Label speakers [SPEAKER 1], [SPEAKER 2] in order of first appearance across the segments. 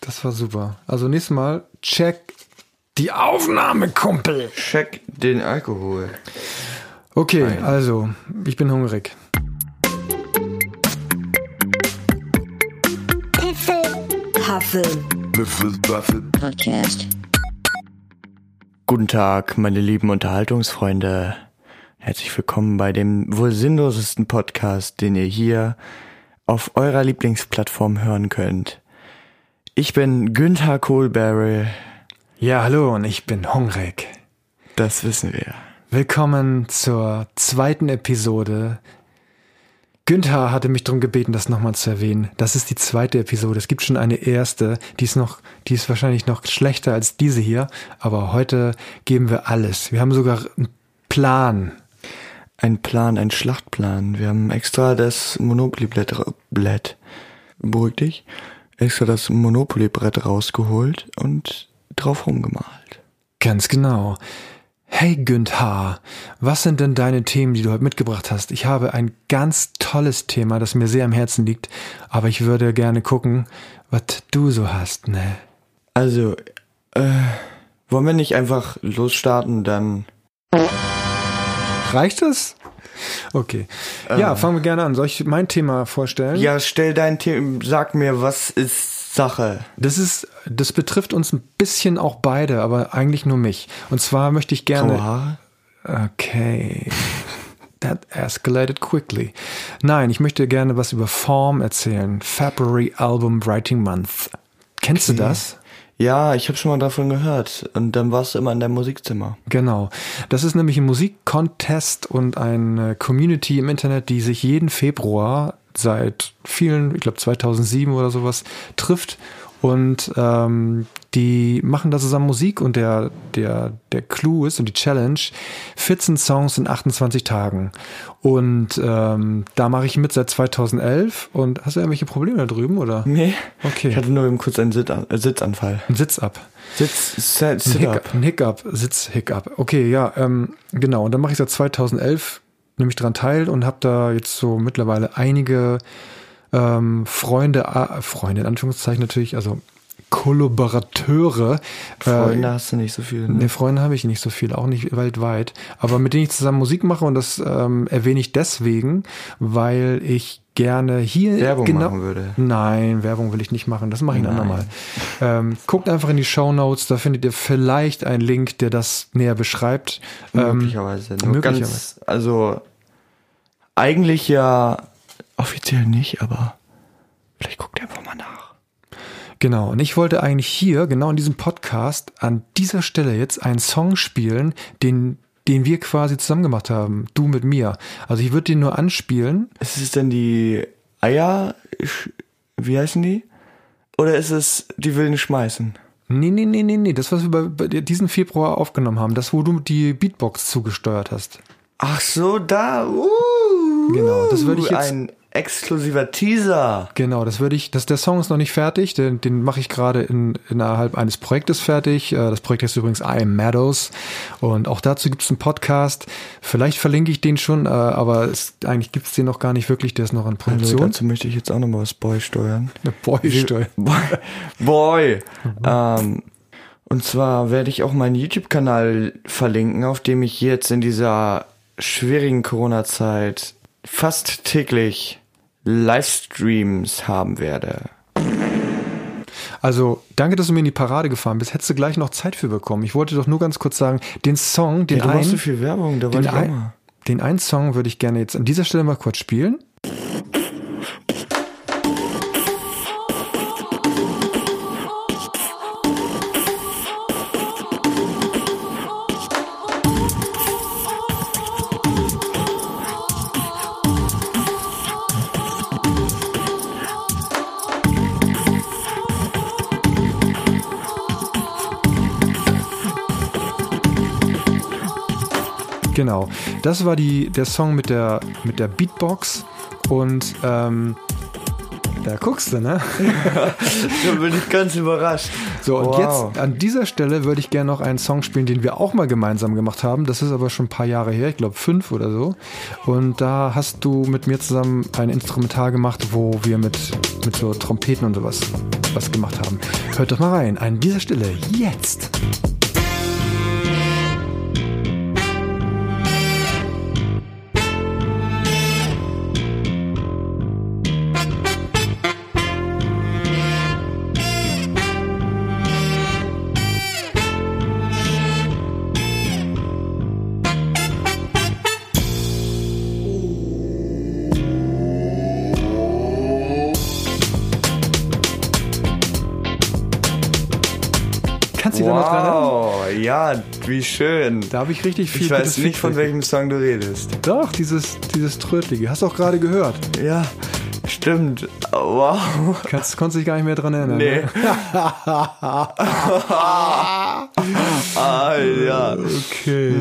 [SPEAKER 1] Das war super. Also nächstes Mal check die Aufnahme, Kumpel.
[SPEAKER 2] Check den Alkohol.
[SPEAKER 1] Okay, also, ich bin hungrig.
[SPEAKER 3] Huffel Podcast.
[SPEAKER 2] Guten Tag, meine lieben Unterhaltungsfreunde. Herzlich willkommen bei dem wohl sinnlosesten Podcast, den ihr hier auf eurer Lieblingsplattform hören könnt. Ich bin Günther Kohlberry,
[SPEAKER 1] Ja, hallo und ich bin hungrig.
[SPEAKER 2] das wissen wir.
[SPEAKER 1] Willkommen zur zweiten Episode. Günther hatte mich darum gebeten, das nochmal zu erwähnen. Das ist die zweite Episode. Es gibt schon eine erste, die ist noch, die ist wahrscheinlich noch schlechter als diese hier. Aber heute geben wir alles. Wir haben sogar einen Plan.
[SPEAKER 2] Ein Plan, ein Schlachtplan. Wir haben extra das Monopoly-Blatt, ra- Blatt. beruhig dich, extra das Monopoly-Brett rausgeholt und drauf rumgemalt.
[SPEAKER 1] Ganz genau. Hey Günther, was sind denn deine Themen, die du heute mitgebracht hast? Ich habe ein ganz tolles Thema, das mir sehr am Herzen liegt, aber ich würde gerne gucken, was du so hast, ne?
[SPEAKER 2] Also, äh, wollen wir nicht einfach losstarten, dann
[SPEAKER 1] Reicht das? Okay. Ja, fangen wir gerne an. Soll ich mein Thema vorstellen?
[SPEAKER 2] Ja, stell dein Thema, sag mir, was ist Sache?
[SPEAKER 1] Das ist, das betrifft uns ein bisschen auch beide, aber eigentlich nur mich. Und zwar möchte ich gerne.
[SPEAKER 2] Graue Haare?
[SPEAKER 1] Okay. That escalated quickly. Nein, ich möchte gerne was über Form erzählen. February Album Writing Month. Kennst du das?
[SPEAKER 2] Ja, ich habe schon mal davon gehört. Und dann warst du immer in deinem Musikzimmer.
[SPEAKER 1] Genau. Das ist nämlich ein Musikcontest und eine Community im Internet, die sich jeden Februar seit vielen, ich glaube 2007 oder sowas, trifft. Und ähm, die machen da zusammen Musik und der, der, der Clou ist und die Challenge 14 Songs in 28 Tagen. Und ähm, da mache ich mit seit 2011. Und hast du irgendwelche Probleme da drüben oder?
[SPEAKER 2] Nee.
[SPEAKER 1] Okay.
[SPEAKER 2] Ich hatte nur eben kurz einen Sit äh, Sitzanfall.
[SPEAKER 1] Ein Sitz ab.
[SPEAKER 2] Sitz, sit,
[SPEAKER 1] Ein
[SPEAKER 2] sit
[SPEAKER 1] Hiccup,
[SPEAKER 2] up.
[SPEAKER 1] ein Hiccup, Sitz Hiccup. Okay, ja, ähm, genau. Und dann mache ich seit 2011 nehme ich daran teil und habe da jetzt so mittlerweile einige ähm, Freunde, äh, Freunde in Anführungszeichen natürlich, also Kollaborateure. Äh,
[SPEAKER 2] Freunde hast du nicht so viel. Ne?
[SPEAKER 1] Ne, Freunde habe ich nicht so viel, auch nicht weltweit. Aber mit denen ich zusammen Musik mache und das ähm, erwähne ich deswegen, weil ich gerne hier genau
[SPEAKER 2] Werbung machen würde.
[SPEAKER 1] Nein, Werbung will ich nicht machen. Das mache ich ein andermal. Ähm, guckt einfach in die Show Notes, da findet ihr vielleicht einen Link, der das näher beschreibt.
[SPEAKER 2] Hm,
[SPEAKER 1] Ähm,
[SPEAKER 2] möglicherweise. Nur
[SPEAKER 1] möglicherweise.
[SPEAKER 2] Ganz, also, eigentlich ja offiziell nicht, aber vielleicht guckt ihr einfach mal nach.
[SPEAKER 1] Genau, und ich wollte eigentlich hier, genau in diesem Podcast, an dieser Stelle jetzt einen Song spielen, den, den wir quasi zusammen gemacht haben. Du mit mir. Also ich würde den nur anspielen.
[SPEAKER 2] Ist es denn die Eier? Sch- Wie heißen die? Oder ist es die wilden Schmeißen?
[SPEAKER 1] Nee, nee, nee, nee, nee. Das, was wir bei, bei diesen Februar aufgenommen haben, das, wo du die Beatbox zugesteuert hast.
[SPEAKER 2] Ach so, da. Uh,
[SPEAKER 1] Genau, das würde ich jetzt-
[SPEAKER 2] Ein exklusiver Teaser.
[SPEAKER 1] Genau, das würde ich, das, der Song ist noch nicht fertig, den, den mache ich gerade in, innerhalb eines Projektes fertig. Äh, Das Projekt heißt übrigens I Am Meadows und auch dazu gibt es einen Podcast. Vielleicht verlinke ich den schon, äh, aber es, eigentlich gibt es den noch gar nicht wirklich, der ist noch in
[SPEAKER 2] Also
[SPEAKER 1] Produktion.
[SPEAKER 2] dazu möchte ich jetzt auch nochmal was Boy steuern.
[SPEAKER 1] Boah, ich steu-
[SPEAKER 2] Boy. Boy.
[SPEAKER 1] Mhm.
[SPEAKER 2] Ähm, und zwar werde ich auch meinen YouTube-Kanal verlinken, auf dem ich jetzt in dieser schwierigen Corona-Zeit fast täglich Livestreams haben werde.
[SPEAKER 1] Also danke, dass du mir in die Parade gefahren bist. Hättest du gleich noch Zeit für bekommen. Ich wollte doch nur ganz kurz sagen, den Song, den
[SPEAKER 2] Ja, du
[SPEAKER 1] einen,
[SPEAKER 2] machst so viel Werbung, da
[SPEAKER 1] den,
[SPEAKER 2] wollte ich auch
[SPEAKER 1] ein,
[SPEAKER 2] mal.
[SPEAKER 1] den einen Song würde ich gerne jetzt an dieser Stelle mal kurz spielen. Genau. Das war die, der Song mit der, mit der Beatbox. Und ähm, Da guckst du, ne?
[SPEAKER 2] Da bin ich ganz überrascht.
[SPEAKER 1] So, und
[SPEAKER 2] Wow.
[SPEAKER 1] jetzt an dieser Stelle würde ich gerne noch einen Song spielen, den wir auch mal gemeinsam gemacht haben. Das ist aber schon ein paar Jahre her, ich glaube fünf oder so. Und da hast du mit mir zusammen ein Instrumental gemacht, wo wir mit, mit so Trompeten und sowas was gemacht haben. Hört doch mal rein, an dieser Stelle, jetzt. Kannst du dich da noch dran erinnern?
[SPEAKER 2] Wow, ja, wie schön.
[SPEAKER 1] Da habe ich richtig viel
[SPEAKER 2] Ich weiß
[SPEAKER 1] gutes
[SPEAKER 2] nicht, von
[SPEAKER 1] Feedback.
[SPEAKER 2] welchem Song du redest.
[SPEAKER 1] Doch, dieses, dieses Trödlige. Hast du auch gerade gehört.
[SPEAKER 2] Ja, stimmt. Wow.
[SPEAKER 1] Kannst, konntest dich gar nicht mehr dran erinnern.
[SPEAKER 2] Nee.
[SPEAKER 1] Ne?
[SPEAKER 2] Ah, ja.
[SPEAKER 1] Okay.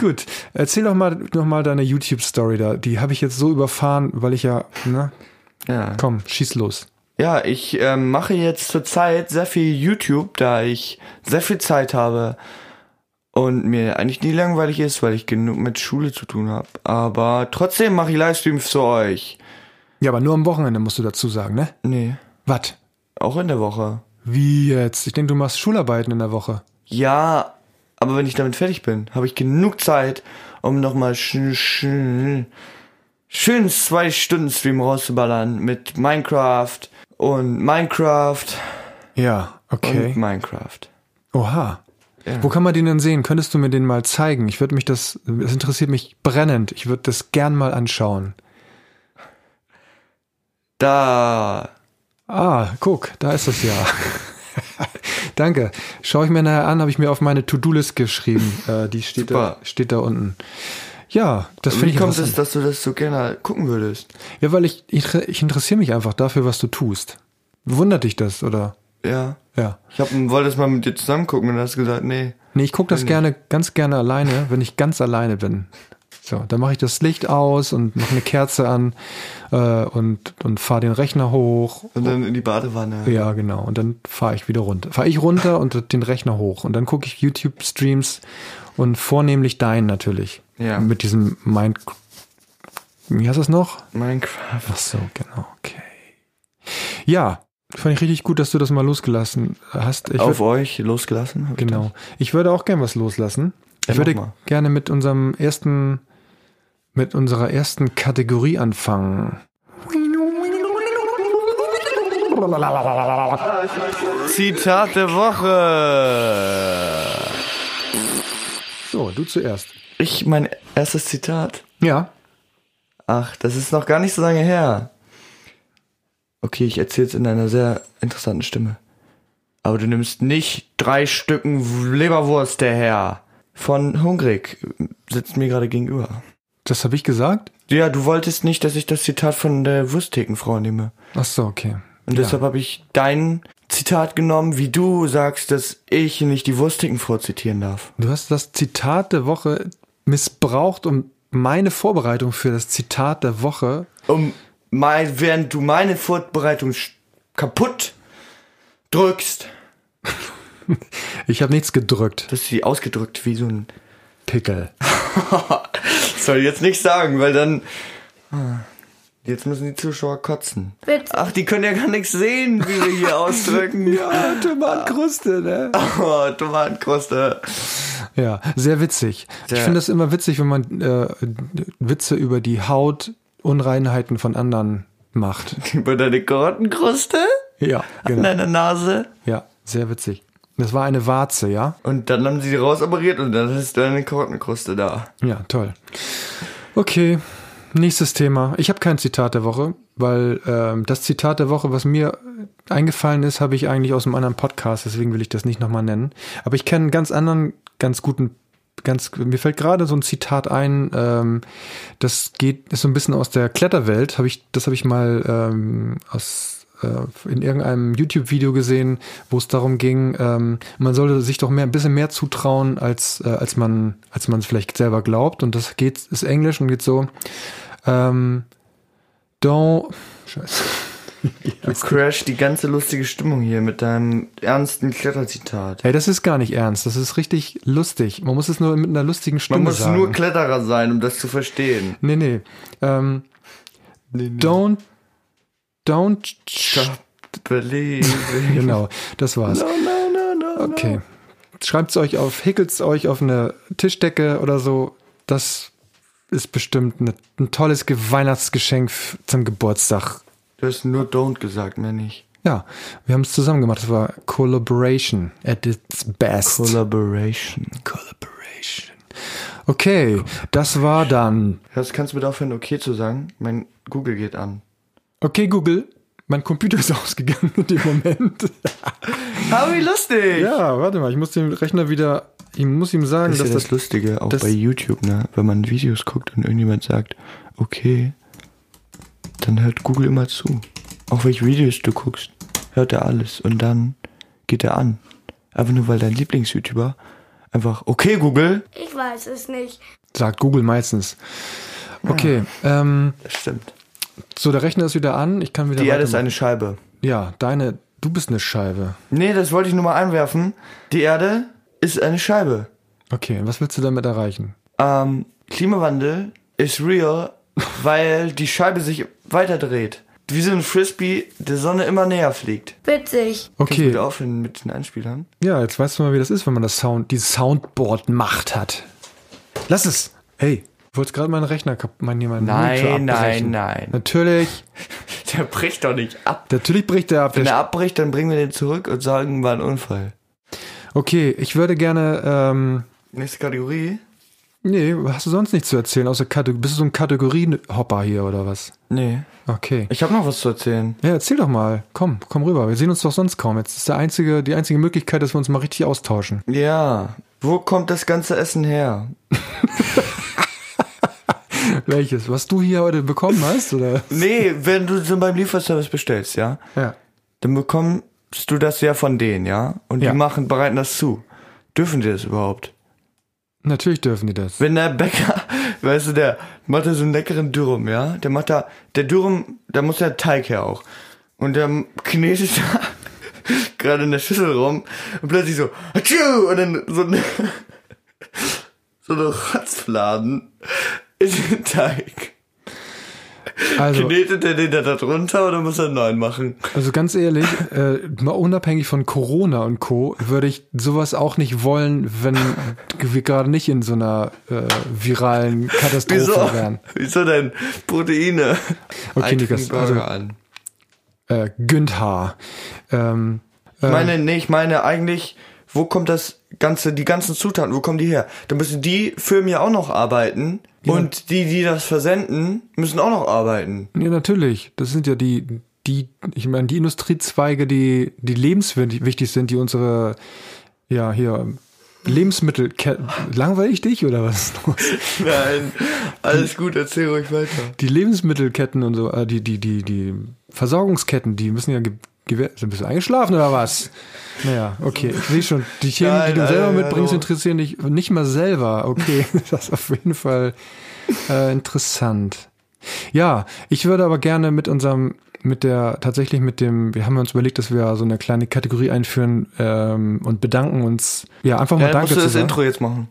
[SPEAKER 1] Gut. Erzähl doch mal, noch mal deine YouTube-Story da. Die habe ich jetzt so überfahren, weil ich ja, ne?
[SPEAKER 2] Ja.
[SPEAKER 1] Komm, schieß los.
[SPEAKER 2] Ja, ich ähm, mache jetzt zurzeit sehr viel YouTube, da ich sehr viel Zeit habe und mir eigentlich nie langweilig ist, weil ich genug mit Schule zu tun habe. Aber trotzdem mache ich Livestreams für euch.
[SPEAKER 1] Ja, aber nur am Wochenende musst du dazu sagen, ne?
[SPEAKER 2] Nee,
[SPEAKER 1] Was?
[SPEAKER 2] auch in der Woche.
[SPEAKER 1] Wie jetzt? Ich denke, du machst Schularbeiten in der Woche.
[SPEAKER 2] Ja, aber wenn ich damit fertig bin, habe ich genug Zeit, um nochmal schön, schön, schön zwei Stunden Stream rauszuballern mit Minecraft und Minecraft
[SPEAKER 1] Ja,
[SPEAKER 2] und
[SPEAKER 1] okay.
[SPEAKER 2] Minecraft.
[SPEAKER 1] Oha. Wo kann man den denn sehen? Könntest du mir den mal zeigen? Ich würde mich das, das interessiert mich brennend. Ich würde das gern mal anschauen.
[SPEAKER 2] Da
[SPEAKER 1] Ah, guck, da ist es ja. Danke. Schaue ich mir nachher an, habe ich mir auf meine To-Do-List geschrieben. Äh, die steht da,
[SPEAKER 2] Super.
[SPEAKER 1] steht da unten. Ja, das finde
[SPEAKER 2] Wie
[SPEAKER 1] ich
[SPEAKER 2] kommt es,
[SPEAKER 1] interessant.
[SPEAKER 2] dass du das so gerne gucken würdest?
[SPEAKER 1] Ja, weil ich, ich, ich interessiere mich einfach dafür, was du tust. Wundert dich das, oder?
[SPEAKER 2] Ja.
[SPEAKER 1] Ja.
[SPEAKER 2] Ich hab, wollte das mal mit dir zusammen gucken und hast gesagt, nee.
[SPEAKER 1] Nee, ich gucke das gerne, ganz gerne alleine, wenn ich ganz alleine bin. So, dann mache ich das Licht aus und mache eine Kerze an äh, und, und fahre den Rechner hoch.
[SPEAKER 2] Und dann in die Badewanne.
[SPEAKER 1] Ja, genau. Und dann fahre ich wieder runter. Fahre ich runter und den Rechner hoch. Und dann gucke ich YouTube-Streams und vornehmlich deinen natürlich.
[SPEAKER 2] Ja.
[SPEAKER 1] Mit diesem Mind... Wie heißt das noch?
[SPEAKER 2] Minecraft.
[SPEAKER 1] Ach so, genau. Okay. Ja, fand ich richtig gut, dass du das mal losgelassen hast. Ich
[SPEAKER 2] Auf
[SPEAKER 1] würd,
[SPEAKER 2] euch losgelassen? hab ich
[SPEAKER 1] genau. Ich würde auch gern was loslassen.
[SPEAKER 2] Ja,
[SPEAKER 1] ich würde
[SPEAKER 2] mach mal.
[SPEAKER 1] gerne mit unserem ersten, mit unserer ersten Kategorie anfangen.
[SPEAKER 2] das. Zitat der Woche.
[SPEAKER 1] So, du zuerst.
[SPEAKER 2] Ich, mein erstes Zitat.
[SPEAKER 1] Ja.
[SPEAKER 2] Ach, das ist noch gar nicht so lange her. Okay, ich erzähl's in einer sehr interessanten Stimme. Aber du nimmst nicht drei Stücken Leberwurst, der Herr. Von Hungrig sitzt mir gerade gegenüber.
[SPEAKER 1] Das habe ich gesagt?
[SPEAKER 2] Ja, du wolltest nicht, dass ich das Zitat von der Wurstthekenfrau nehme.
[SPEAKER 1] Ach so, okay.
[SPEAKER 2] Und deshalb habe ich dein Zitat genommen, wie du sagst, dass ich nicht die Wurstthekenfrau zitieren darf.
[SPEAKER 1] Du hast das Zitat der Woche missbraucht, um meine Vorbereitung für das Zitat der Woche.
[SPEAKER 2] Um mein, während du meine Vorbereitung sch- kaputt drückst,
[SPEAKER 1] Ich habe nichts gedrückt.
[SPEAKER 2] dass sie ausgedrückt wie so ein.
[SPEAKER 1] Pickel.
[SPEAKER 2] Das soll ich jetzt nicht sagen, weil dann. Ah, Jetzt müssen die Zuschauer kotzen.
[SPEAKER 3] Bitte.
[SPEAKER 2] Ach, die können ja gar nichts sehen, wie wir hier ausdrücken.
[SPEAKER 1] Ja, Tomatenkruste, ne?
[SPEAKER 2] Oh, Tomatenkruste.
[SPEAKER 1] Ja, sehr witzig. ich
[SPEAKER 2] Sehr-
[SPEAKER 1] finde das immer witzig, wenn man äh, Witze über die Haut, Unreinheiten von anderen macht.
[SPEAKER 2] Über deine Karottenkruste?
[SPEAKER 1] Ja,
[SPEAKER 2] An
[SPEAKER 1] genau.
[SPEAKER 2] deiner Nase?
[SPEAKER 1] Ja, sehr witzig. Das war eine Warze, ja?
[SPEAKER 2] Und dann haben sie die rausoperiert und dann ist deine Karottenkruste da.
[SPEAKER 1] Ja, toll. Okay, nächstes Thema. Ich habe kein Zitat der Woche, weil ähm, das Zitat der Woche, was mir eingefallen ist, habe ich eigentlich aus einem anderen Podcast, deswegen will ich das nicht nochmal nennen. Aber ich kenne einen ganz anderen, ganz guten, ganz, mir fällt gerade so ein Zitat ein, ähm, das geht, ist so ein bisschen aus der Kletterwelt, habe ich, das habe ich mal ähm, aus äh, in irgendeinem YouTube-Video gesehen, wo es darum ging, ähm, man sollte sich doch mehr, ein bisschen mehr zutrauen, als, äh, als man als man es vielleicht selber glaubt. Und das geht, ist Englisch und geht so, ähm, don't, scheiße,
[SPEAKER 2] Du crasht die ganze lustige Stimmung hier mit deinem ernsten Kletterzitat.
[SPEAKER 1] Ey, das ist gar nicht ernst. Das ist richtig lustig. Man muss es nur mit einer lustigen Stimme
[SPEAKER 2] Man muss
[SPEAKER 1] sagen.
[SPEAKER 2] nur Kletterer sein, um das zu verstehen.
[SPEAKER 1] nee, nee. Ähm, Don't, don't, sch-
[SPEAKER 2] Believe.
[SPEAKER 1] genau, das war's.
[SPEAKER 2] no, no, no, no.
[SPEAKER 1] Okay. Schreibt's euch auf, häkelt's euch auf eine Tischdecke oder so. Das ist bestimmt ne- ein tolles Ge- Weihnachtsgeschenk f- zum Geburtstag.
[SPEAKER 2] Du hast nur Don't gesagt, mehr nicht.
[SPEAKER 1] Ja, wir haben es zusammen gemacht. Das war Collaboration at its best.
[SPEAKER 2] Collaboration.
[SPEAKER 1] Collaboration. Okay, das war dann.
[SPEAKER 2] Hörst, kannst du mir aufhören, okay zu sagen? Mein Google geht an.
[SPEAKER 1] Okay, Google, mein Computer ist ausgegangen in dem Moment.
[SPEAKER 2] Aber wie lustig!
[SPEAKER 1] ja, warte mal, ich muss dem Rechner wieder. Ich muss ihm sagen,
[SPEAKER 2] Das ist
[SPEAKER 1] dass
[SPEAKER 2] ja das
[SPEAKER 1] das.
[SPEAKER 2] Lustige, auch
[SPEAKER 1] das-
[SPEAKER 2] bei YouTube, ne? Wenn man Videos guckt und irgendjemand sagt, okay, dann hört Google immer zu. Auch welche Videos du guckst, hört er alles und dann geht er an. Aber nur weil dein Lieblings-YouTuber einfach, okay, Google.
[SPEAKER 4] Ich weiß es nicht.
[SPEAKER 1] sagt Google meistens. Okay, ähm,
[SPEAKER 2] Das stimmt.
[SPEAKER 1] so der Rechner ist wieder an. Ich kann wieder.
[SPEAKER 2] Die Erde ist
[SPEAKER 1] weitermachen.
[SPEAKER 2] eine Scheibe.
[SPEAKER 1] Ja, deine. Du bist eine Scheibe.
[SPEAKER 2] Nee, das wollte ich nur mal einwerfen. Die Erde ist eine Scheibe.
[SPEAKER 1] Okay, was willst du damit erreichen?
[SPEAKER 2] Ähm, Klimawandel ist real, weil die Scheibe sich weiter dreht. Wie so ein Frisbee der Sonne immer näher fliegt.
[SPEAKER 4] Witzig.
[SPEAKER 2] Kannst du
[SPEAKER 1] Okay,
[SPEAKER 2] bitte aufhören mit den Einspielern?
[SPEAKER 1] ja, jetzt weißt du mal, wie das ist, wenn man das Sound, die Soundboard-Macht hat. Lass es! Hey, du wolltest gerade meinen Rechner kap- meinen, meinen Monitor
[SPEAKER 2] Nein, nein,
[SPEAKER 1] abbrechen.
[SPEAKER 2] nein.
[SPEAKER 1] Natürlich,
[SPEAKER 2] Der bricht doch nicht ab.
[SPEAKER 1] natürlich bricht er ab. Der
[SPEAKER 2] Wenn er abbricht, dann bringen wir den zurück und sagen, war ein Unfall.
[SPEAKER 1] Okay, ich würde gerne. Ähm,
[SPEAKER 2] Nächste Kategorie?
[SPEAKER 1] nee, hast du sonst nichts zu erzählen? Außer Kategor bist du so ein Kategorienhopper hier oder was?
[SPEAKER 2] Nee.
[SPEAKER 1] Okay.
[SPEAKER 2] Ich habe noch was zu erzählen.
[SPEAKER 1] Ja, erzähl doch mal. Komm, komm rüber. Wir sehen uns doch sonst kaum. Jetzt ist der einzige, die einzige Möglichkeit, dass wir uns mal richtig austauschen.
[SPEAKER 2] Ja. Wo kommt das ganze Essen her?
[SPEAKER 1] Welches? Was du hier heute bekommen hast, oder?
[SPEAKER 2] Nee, wenn du so beim Lieferservice bestellst, ja?
[SPEAKER 1] Ja.
[SPEAKER 2] dann bekommst du das ja von denen, ja? Und
[SPEAKER 1] Ja.
[SPEAKER 2] die machen, bereiten das zu. Dürfen die das überhaupt?
[SPEAKER 1] Natürlich dürfen die das.
[SPEAKER 2] Wenn der Bäcker, weißt du, der macht da so einen leckeren Dürrum, ja? Der macht da, der Dürrum, da muss der Teig her auch. Und der knetet da gerade in der Schüssel rum und plötzlich so, Hatschu! und dann so eine, so eine Rotzfladen in den Teig.
[SPEAKER 1] Also,
[SPEAKER 2] Knetet er den da drunter oder muss er einen neuen machen?
[SPEAKER 1] also ganz ehrlich, äh, mal unabhängig von Corona und Co. würde ich sowas auch nicht wollen, wenn wir gerade nicht in so einer äh, viralen Katastrophe
[SPEAKER 2] Wieso?
[SPEAKER 1] wären.
[SPEAKER 2] Wieso denn Proteine?
[SPEAKER 1] Okay, Niklas,
[SPEAKER 2] Eintrinken Burger
[SPEAKER 1] also-
[SPEAKER 2] an.
[SPEAKER 1] Äh, Günther. Ähm,
[SPEAKER 2] Ich meine, nee, ich meine eigentlich, wo kommt das ganze, die ganzen Zutaten, wo kommen die her? Da müssen die Firmen ja auch noch arbeiten und die, die das versenden, müssen auch noch arbeiten.
[SPEAKER 1] Ja, natürlich. Das sind ja die, die, ich meine, die Industriezweige, die, die lebenswichtig sind, die unsere, ja, hier, Lebensmittel, langweile ich dich oder was?
[SPEAKER 2] Nein, alles gut, erzähl ruhig weiter.
[SPEAKER 1] Die Lebensmittelketten und so, äh, die, die, die, die Versorgungsketten, die müssen ja ge gewähr- Bist du eingeschlafen oder was? Naja, okay, ich sehe schon. Die Themen,
[SPEAKER 2] Nein,
[SPEAKER 1] die du selber
[SPEAKER 2] hallo,
[SPEAKER 1] mitbringst,
[SPEAKER 2] hallo.
[SPEAKER 1] interessieren dich nicht mal selber. Okay, das ist auf jeden Fall äh, interessant. Ja, ich würde aber gerne mit unserem, mit der, tatsächlich mit dem, wir haben uns überlegt, dass wir so eine kleine Kategorie einführen ähm, und bedanken uns. Ja, einfach mal
[SPEAKER 2] Ja, dann
[SPEAKER 1] Danke
[SPEAKER 2] musst du
[SPEAKER 1] zu
[SPEAKER 2] das
[SPEAKER 1] sagen.
[SPEAKER 2] Intro jetzt machen.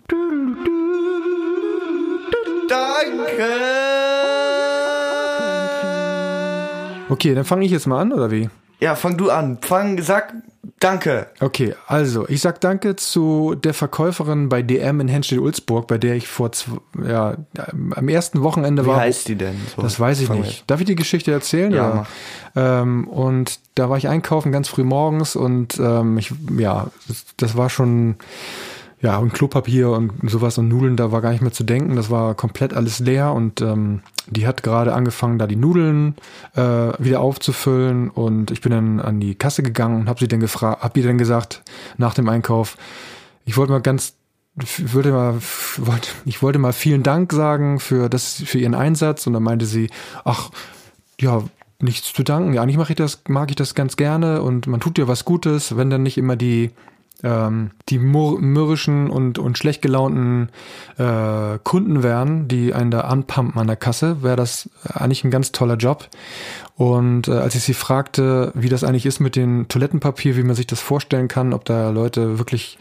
[SPEAKER 2] Danke!
[SPEAKER 1] Okay, dann fange ich jetzt mal an, oder wie?
[SPEAKER 2] Ja, fang du an. Fang, sag Danke.
[SPEAKER 1] Okay, also ich sag Danke zu der Verkäuferin bei DM in Henstedt-Ulzburg, bei der ich vor zw- ja, am ersten Wochenende war.
[SPEAKER 2] die denn? So,
[SPEAKER 1] Das weiß ich
[SPEAKER 2] fang
[SPEAKER 1] nicht. Darf ich die Geschichte erzählen?
[SPEAKER 2] Ja,
[SPEAKER 1] oder? Ähm, und da war ich einkaufen ganz früh morgens und ähm, ich, ja, das, das war schon, ja, und Klopapier und sowas und Nudeln, da war gar nicht mehr zu denken. Das war komplett alles leer und ähm, die hat gerade angefangen, da die Nudeln äh, wieder aufzufüllen und ich bin dann an die Kasse gegangen und habe sie dann gefragt, hab ihr dann gesagt nach dem Einkauf, ich wollte mal ganz f- würde mal f- wollte, ich wollte mal vielen Dank sagen für das für ihren Einsatz und dann meinte sie ach ja nichts zu danken ja eigentlich mache ich das mag ich das ganz gerne und man tut dir was Gutes wenn dann nicht immer die ähm, die mur- mürrischen und, und schlecht gelaunten äh, Kunden wären, die einen da anpumpen an der Kasse, wäre das eigentlich ein ganz toller Job. Und äh, als ich sie fragte, wie das eigentlich ist mit dem Toilettenpapier, wie man sich das vorstellen kann, ob da Leute wirklich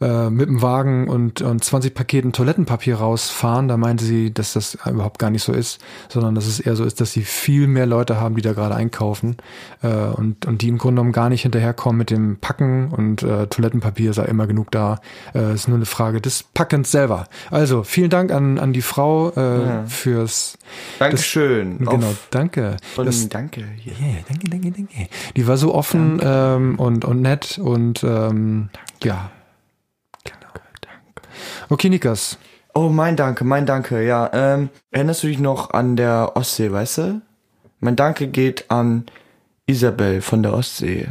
[SPEAKER 1] äh, mit dem Wagen und, und 20 Paketen Toilettenpapier rausfahren, da meinte sie, dass das überhaupt gar nicht so ist, sondern dass es eher so ist, dass sie viel mehr Leute haben, die da gerade einkaufen äh, und, und die im Grunde genommen gar nicht hinterherkommen mit dem Packen und äh, Toilettenpapier sei immer genug da. Äh, ist nur eine Frage des Packens selber. Also vielen Dank an, an die Frau äh,
[SPEAKER 2] Ja.
[SPEAKER 1] fürs
[SPEAKER 2] Dankeschön.
[SPEAKER 1] Genau,
[SPEAKER 2] Auf-
[SPEAKER 1] danke.
[SPEAKER 2] Von,
[SPEAKER 1] Das-
[SPEAKER 2] danke. Hier.
[SPEAKER 1] Yeah, danke, danke, danke. Die war so offen ähm, und, und nett und ähm, ja.
[SPEAKER 2] Genau.
[SPEAKER 1] Okay, Nikas.
[SPEAKER 2] Oh, mein Danke, mein Danke, ja. Ähm, erinnerst du dich noch an der Ostsee, weißt du? Mein Danke geht an Isabel von der Ostsee.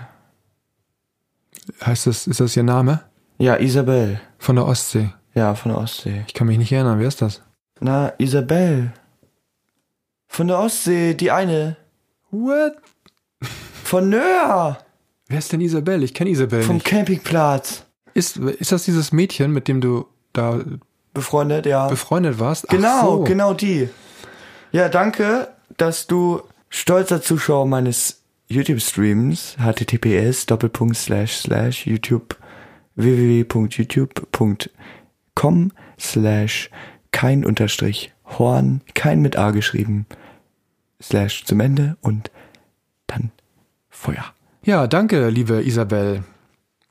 [SPEAKER 1] Heißt das, ist das ihr Name?
[SPEAKER 2] Ja, Isabel.
[SPEAKER 1] Von der Ostsee.
[SPEAKER 2] Ja, von der Ostsee.
[SPEAKER 1] Ich kann mich nicht erinnern. Wer ist das?
[SPEAKER 2] Na, Isabel. Von der Ostsee, die eine.
[SPEAKER 1] What?
[SPEAKER 2] Von Nöhr.
[SPEAKER 1] Wer ist denn Isabel? Ich kenne Isabel
[SPEAKER 2] Vom
[SPEAKER 1] nicht.
[SPEAKER 2] Campingplatz.
[SPEAKER 1] Ist, ist das dieses Mädchen, mit dem du da
[SPEAKER 2] Befreundet, ja.
[SPEAKER 1] befreundet warst? Ach
[SPEAKER 2] genau,
[SPEAKER 1] so.
[SPEAKER 2] genau die. Ja, danke, dass du stolzer Zuschauer meines YouTube-Streams, https doppelpunkt slash slash youtube www.youtube.com slash kein unterstrich Horn, kein mit A geschrieben, slash zum Ende und dann Feuer.
[SPEAKER 1] Ja, danke, liebe Isabel,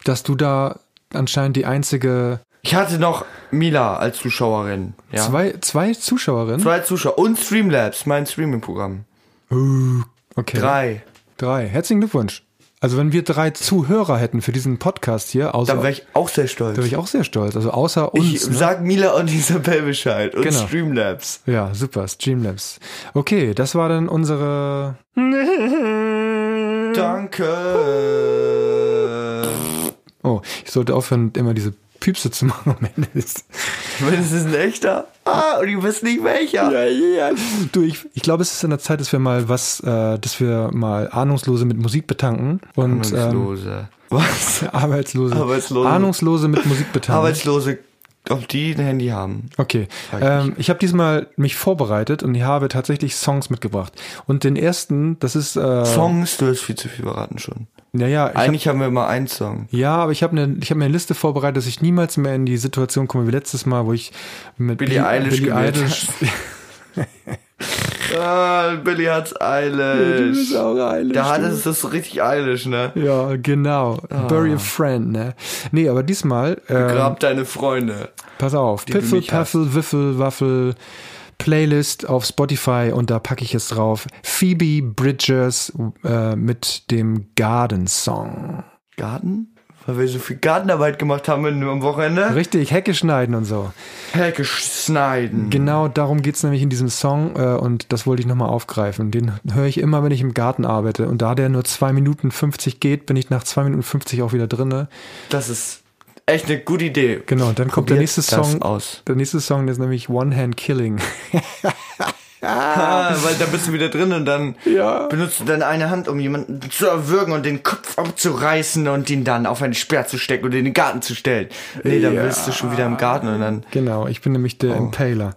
[SPEAKER 1] dass du da anscheinend die einzige
[SPEAKER 2] Ich hatte noch Mila als Zuschauerin. Ja.
[SPEAKER 1] zwei, zwei Zuschauerinnen.
[SPEAKER 2] Zwei Zuschauer und Streamlabs, mein Streaming-Programm.
[SPEAKER 1] Uh, okay.
[SPEAKER 2] Drei.
[SPEAKER 1] Drei. Herzlichen Glückwunsch. Also wenn wir drei Zuhörer hätten für diesen Podcast hier, außer,
[SPEAKER 2] Da
[SPEAKER 1] da
[SPEAKER 2] wäre
[SPEAKER 1] wäre
[SPEAKER 2] ich auch sehr stolz.
[SPEAKER 1] ich auch sehr stolz. Also außer uns.
[SPEAKER 2] Ich
[SPEAKER 1] ne?
[SPEAKER 2] sag Mila und Isabel Bescheid und
[SPEAKER 1] Genau.
[SPEAKER 2] Streamlabs.
[SPEAKER 1] ja, super. Streamlabs. Okay, das war dann unsere.
[SPEAKER 2] Danke.
[SPEAKER 1] Oh, ich sollte aufhören, immer diese Piepse zu machen am Ende. Ist.
[SPEAKER 2] Wenn es ist ein echter. Ah, und du wisst nicht welcher.
[SPEAKER 1] Du, ich, ich glaube, es ist an der Zeit, dass wir mal was, äh, dass wir mal Ahnungslose mit Musik betanken und ähm,
[SPEAKER 2] Arbeitslose. Was?
[SPEAKER 1] Arbeitslose,
[SPEAKER 2] Arbeitslose.
[SPEAKER 1] Ahnungslose mit Musik betanken.
[SPEAKER 2] Ähm, Arbeitslose, ob die ein Handy haben.
[SPEAKER 1] Okay.
[SPEAKER 2] Weiß
[SPEAKER 1] Ähm, ich habe diesmal mich vorbereitet und ich habe tatsächlich Songs mitgebracht. Und den ersten, das ist äh,
[SPEAKER 2] Songs, du hast viel zu viel verraten schon.
[SPEAKER 1] Naja, ich hab,
[SPEAKER 2] Eigentlich haben wir immer einen Song.
[SPEAKER 1] ja, aber ich habe eine, ich habe mir eine Liste vorbereitet, dass ich niemals mehr in die Situation komme wie letztes Mal, wo ich mit
[SPEAKER 2] Billie Eilish
[SPEAKER 1] Billie
[SPEAKER 2] gewählt
[SPEAKER 1] Eilish.
[SPEAKER 2] Ah, Billy hat's eilig. da hat es das so richtig eilig, ne?
[SPEAKER 1] Ja, genau. Bury a friend, ne? Nee, aber diesmal. Ähm,
[SPEAKER 2] Ah. Grab deine Freunde.
[SPEAKER 1] pass auf.
[SPEAKER 2] du
[SPEAKER 1] Piffel,
[SPEAKER 2] nicht hast.
[SPEAKER 1] Paffel, Wiffel, Waffel. Playlist auf Spotify und da packe ich es drauf. Phoebe Bridgers äh, mit dem Garden Song.
[SPEAKER 2] Garten? Weil wir so viel Gartenarbeit gemacht haben am Wochenende.
[SPEAKER 1] Richtig, Hecke schneiden und so.
[SPEAKER 2] Hecke schneiden.
[SPEAKER 1] Genau darum geht's nämlich in diesem Song äh, und das wollte ich nochmal aufgreifen. Den höre ich immer, wenn ich im Garten arbeite. Und da der nur 2 Minuten 50 geht, bin ich nach 2 Minuten 50 auch wieder drinne.
[SPEAKER 2] Das ist echt eine gute Idee.
[SPEAKER 1] Genau, und dann kommt der
[SPEAKER 2] Probiert
[SPEAKER 1] nächste
[SPEAKER 2] das
[SPEAKER 1] Song.
[SPEAKER 2] aus.
[SPEAKER 1] Der nächste Song ist nämlich One Hand Killing.
[SPEAKER 2] Ah, weil da bist du wieder drin und dann benutzt du dann eine Hand, um jemanden zu erwürgen und den Kopf abzureißen und ihn dann auf einen Sperr zu stecken und in den Garten zu stellen. Nee, dann bist du schon wieder im Garten und dann.
[SPEAKER 1] Genau, ich bin nämlich
[SPEAKER 2] Oh.
[SPEAKER 1] der Impaler.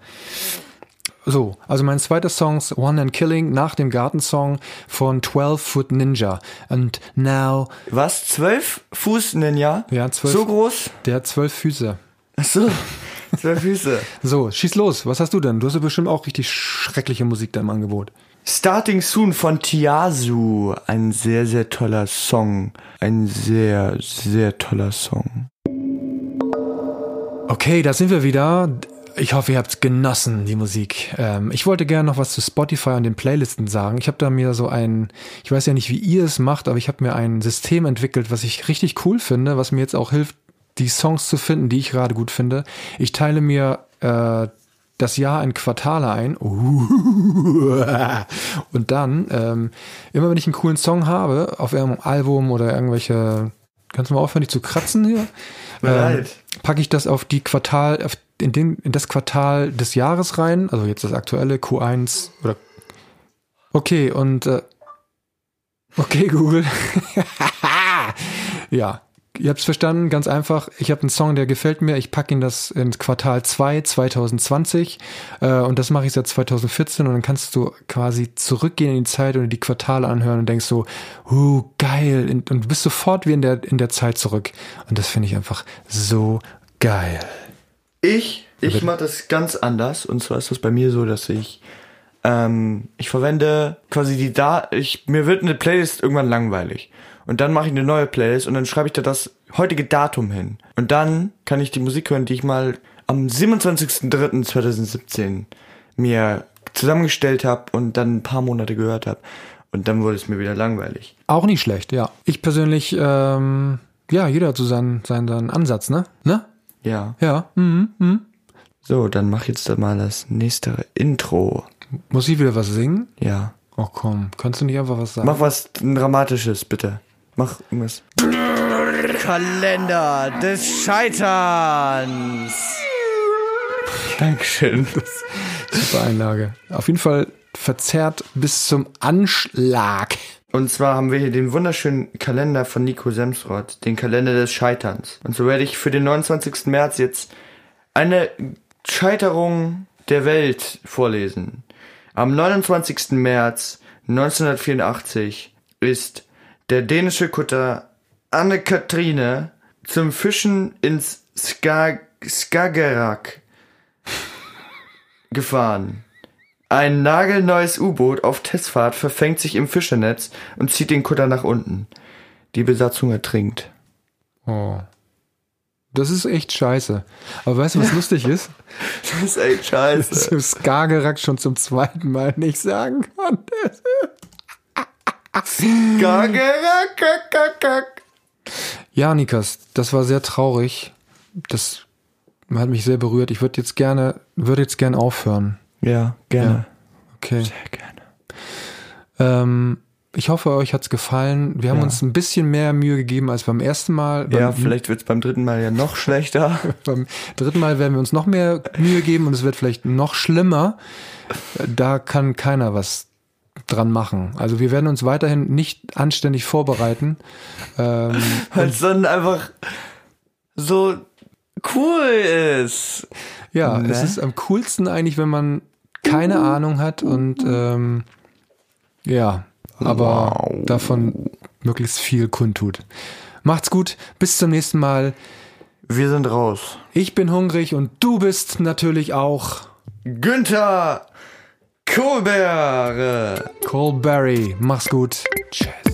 [SPEAKER 1] So, also mein zweiter Song ist One Hand Killing nach dem Gartensong von 12 Foot Ninja. And now,
[SPEAKER 2] Was? Zwölf Fuß in den Jahr?
[SPEAKER 1] Ja, zwölf.
[SPEAKER 2] So groß?
[SPEAKER 1] der hat zwölf Füße.
[SPEAKER 2] Achso. Zwölf Füße.
[SPEAKER 1] So, schieß los. Was hast du denn? Du hast ja bestimmt auch richtig schreckliche Musik da im Angebot.
[SPEAKER 2] Starting Soon von Tiazu. Ein sehr, sehr toller Song. Ein sehr, sehr toller Song.
[SPEAKER 1] Okay, da sind wir wieder. Ich hoffe, ihr habt's genossen, die Musik. Ähm, ich wollte gerne noch was zu Spotify und den Playlisten sagen. Ich habe da mir so ein, ich weiß ja nicht, wie ihr es macht, aber ich habe mir ein System entwickelt, was ich richtig cool finde, was mir jetzt auch hilft, die Songs zu finden, die ich gerade gut finde. Ich teile mir äh, das Jahr in Quartale ein. Und dann, ähm, immer wenn ich einen coolen Song habe, auf irgendeinem Album oder irgendwelche, kannst du mal aufhören, dich zu kratzen hier? Ähm,
[SPEAKER 2] Bereit.
[SPEAKER 1] packe ich das auf die Quartal, auf in, den, in das Quartal des Jahres rein, also jetzt das aktuelle Q1 oder Okay, und äh, okay, Google. ja, Ihr habt es verstanden, ganz einfach. Ich habe einen Song, der gefällt mir. Ich packe ihn das ins Quartal 2 2020 äh, und das mache ich seit 2014 und dann kannst du quasi zurückgehen in die Zeit und die Quartale anhören und denkst so, uh, geil und, und du bist sofort wie in der, in der Zeit zurück. Und das finde ich einfach so geil.
[SPEAKER 2] Ich, ich mache das ganz anders. Und zwar ist das bei mir so, dass ich, ähm, ich verwende quasi die da, ich, mir wird eine Playlist irgendwann langweilig. Und dann mache ich eine neue Playlist und dann schreibe ich da das heutige Datum hin. Und dann kann ich die Musik hören, die ich mal am 27.03.2017 mir zusammengestellt habe und dann ein paar Monate gehört habe. Und dann wurde es mir wieder langweilig.
[SPEAKER 1] Auch nicht schlecht, ja. Ich persönlich, ähm, ja, jeder hat so seinen, seinen, seinen Ansatz, ne? Ne?
[SPEAKER 2] Ja.
[SPEAKER 1] Ja. Mhm, mhm.
[SPEAKER 2] So, dann mach jetzt da mal das nächste Intro.
[SPEAKER 1] Muss ich wieder was singen?
[SPEAKER 2] Ja.
[SPEAKER 1] Oh komm, kannst du nicht einfach was sagen?
[SPEAKER 2] Mach was Dramatisches, bitte. Mach irgendwas. Kalender des Scheiterns. Dankeschön.
[SPEAKER 1] Super Einlage. Auf jeden Fall verzerrt bis zum Anschlag.
[SPEAKER 2] Und zwar haben wir hier den wunderschönen Kalender von Nico Semsrott, den Kalender des Scheiterns. Und so werde ich für den 29. März jetzt eine Scheiterung der Welt vorlesen. Am 29. März 1984 ist der dänische Kutter Anne-Kathrine zum Fischen ins Skag Skagerrak gefahren. Ein nagelneues U-Boot auf Testfahrt verfängt sich im Fischernetz und zieht den Kutter nach unten. Die Besatzung ertrinkt.
[SPEAKER 1] Oh. Das ist echt scheiße. Aber weißt du, was lustig ist?
[SPEAKER 2] Das ist echt
[SPEAKER 1] Dass
[SPEAKER 2] scheiße.
[SPEAKER 1] du Skagerrak schon zum zweiten Mal nicht sagen konntest.
[SPEAKER 2] Skagerrak.
[SPEAKER 1] Ja, Nikas, das war sehr traurig. Das hat mich sehr berührt. Ich würde jetzt gerne, würde jetzt gerne aufhören.
[SPEAKER 2] Ja, gerne.
[SPEAKER 1] Okay.
[SPEAKER 2] Sehr gerne.
[SPEAKER 1] Ähm, ich hoffe, euch hat's gefallen. Wir haben
[SPEAKER 2] Ja.
[SPEAKER 1] uns ein bisschen mehr Mühe gegeben als beim ersten Mal.
[SPEAKER 2] Ja,
[SPEAKER 1] beim,
[SPEAKER 2] vielleicht wird's beim dritten Mal ja noch schlechter.
[SPEAKER 1] beim dritten Mal werden wir uns noch mehr Mühe geben und es wird vielleicht noch schlimmer. Da kann keiner was dran machen. Also wir werden uns weiterhin nicht anständig vorbereiten. Ähm,
[SPEAKER 2] Weil es dann einfach so cool ist.
[SPEAKER 1] ja,
[SPEAKER 2] Ne?
[SPEAKER 1] es ist am coolsten eigentlich, wenn man keine Ahnung hat und ähm, ja, aber
[SPEAKER 2] Wow.
[SPEAKER 1] davon möglichst viel kundtut. Macht's gut, bis zum nächsten Mal.
[SPEAKER 2] Wir sind raus.
[SPEAKER 1] Ich bin hungrig und du bist natürlich auch
[SPEAKER 2] Günther Kohlbeere.
[SPEAKER 1] Cole Barry. Mach's gut. Tschüss.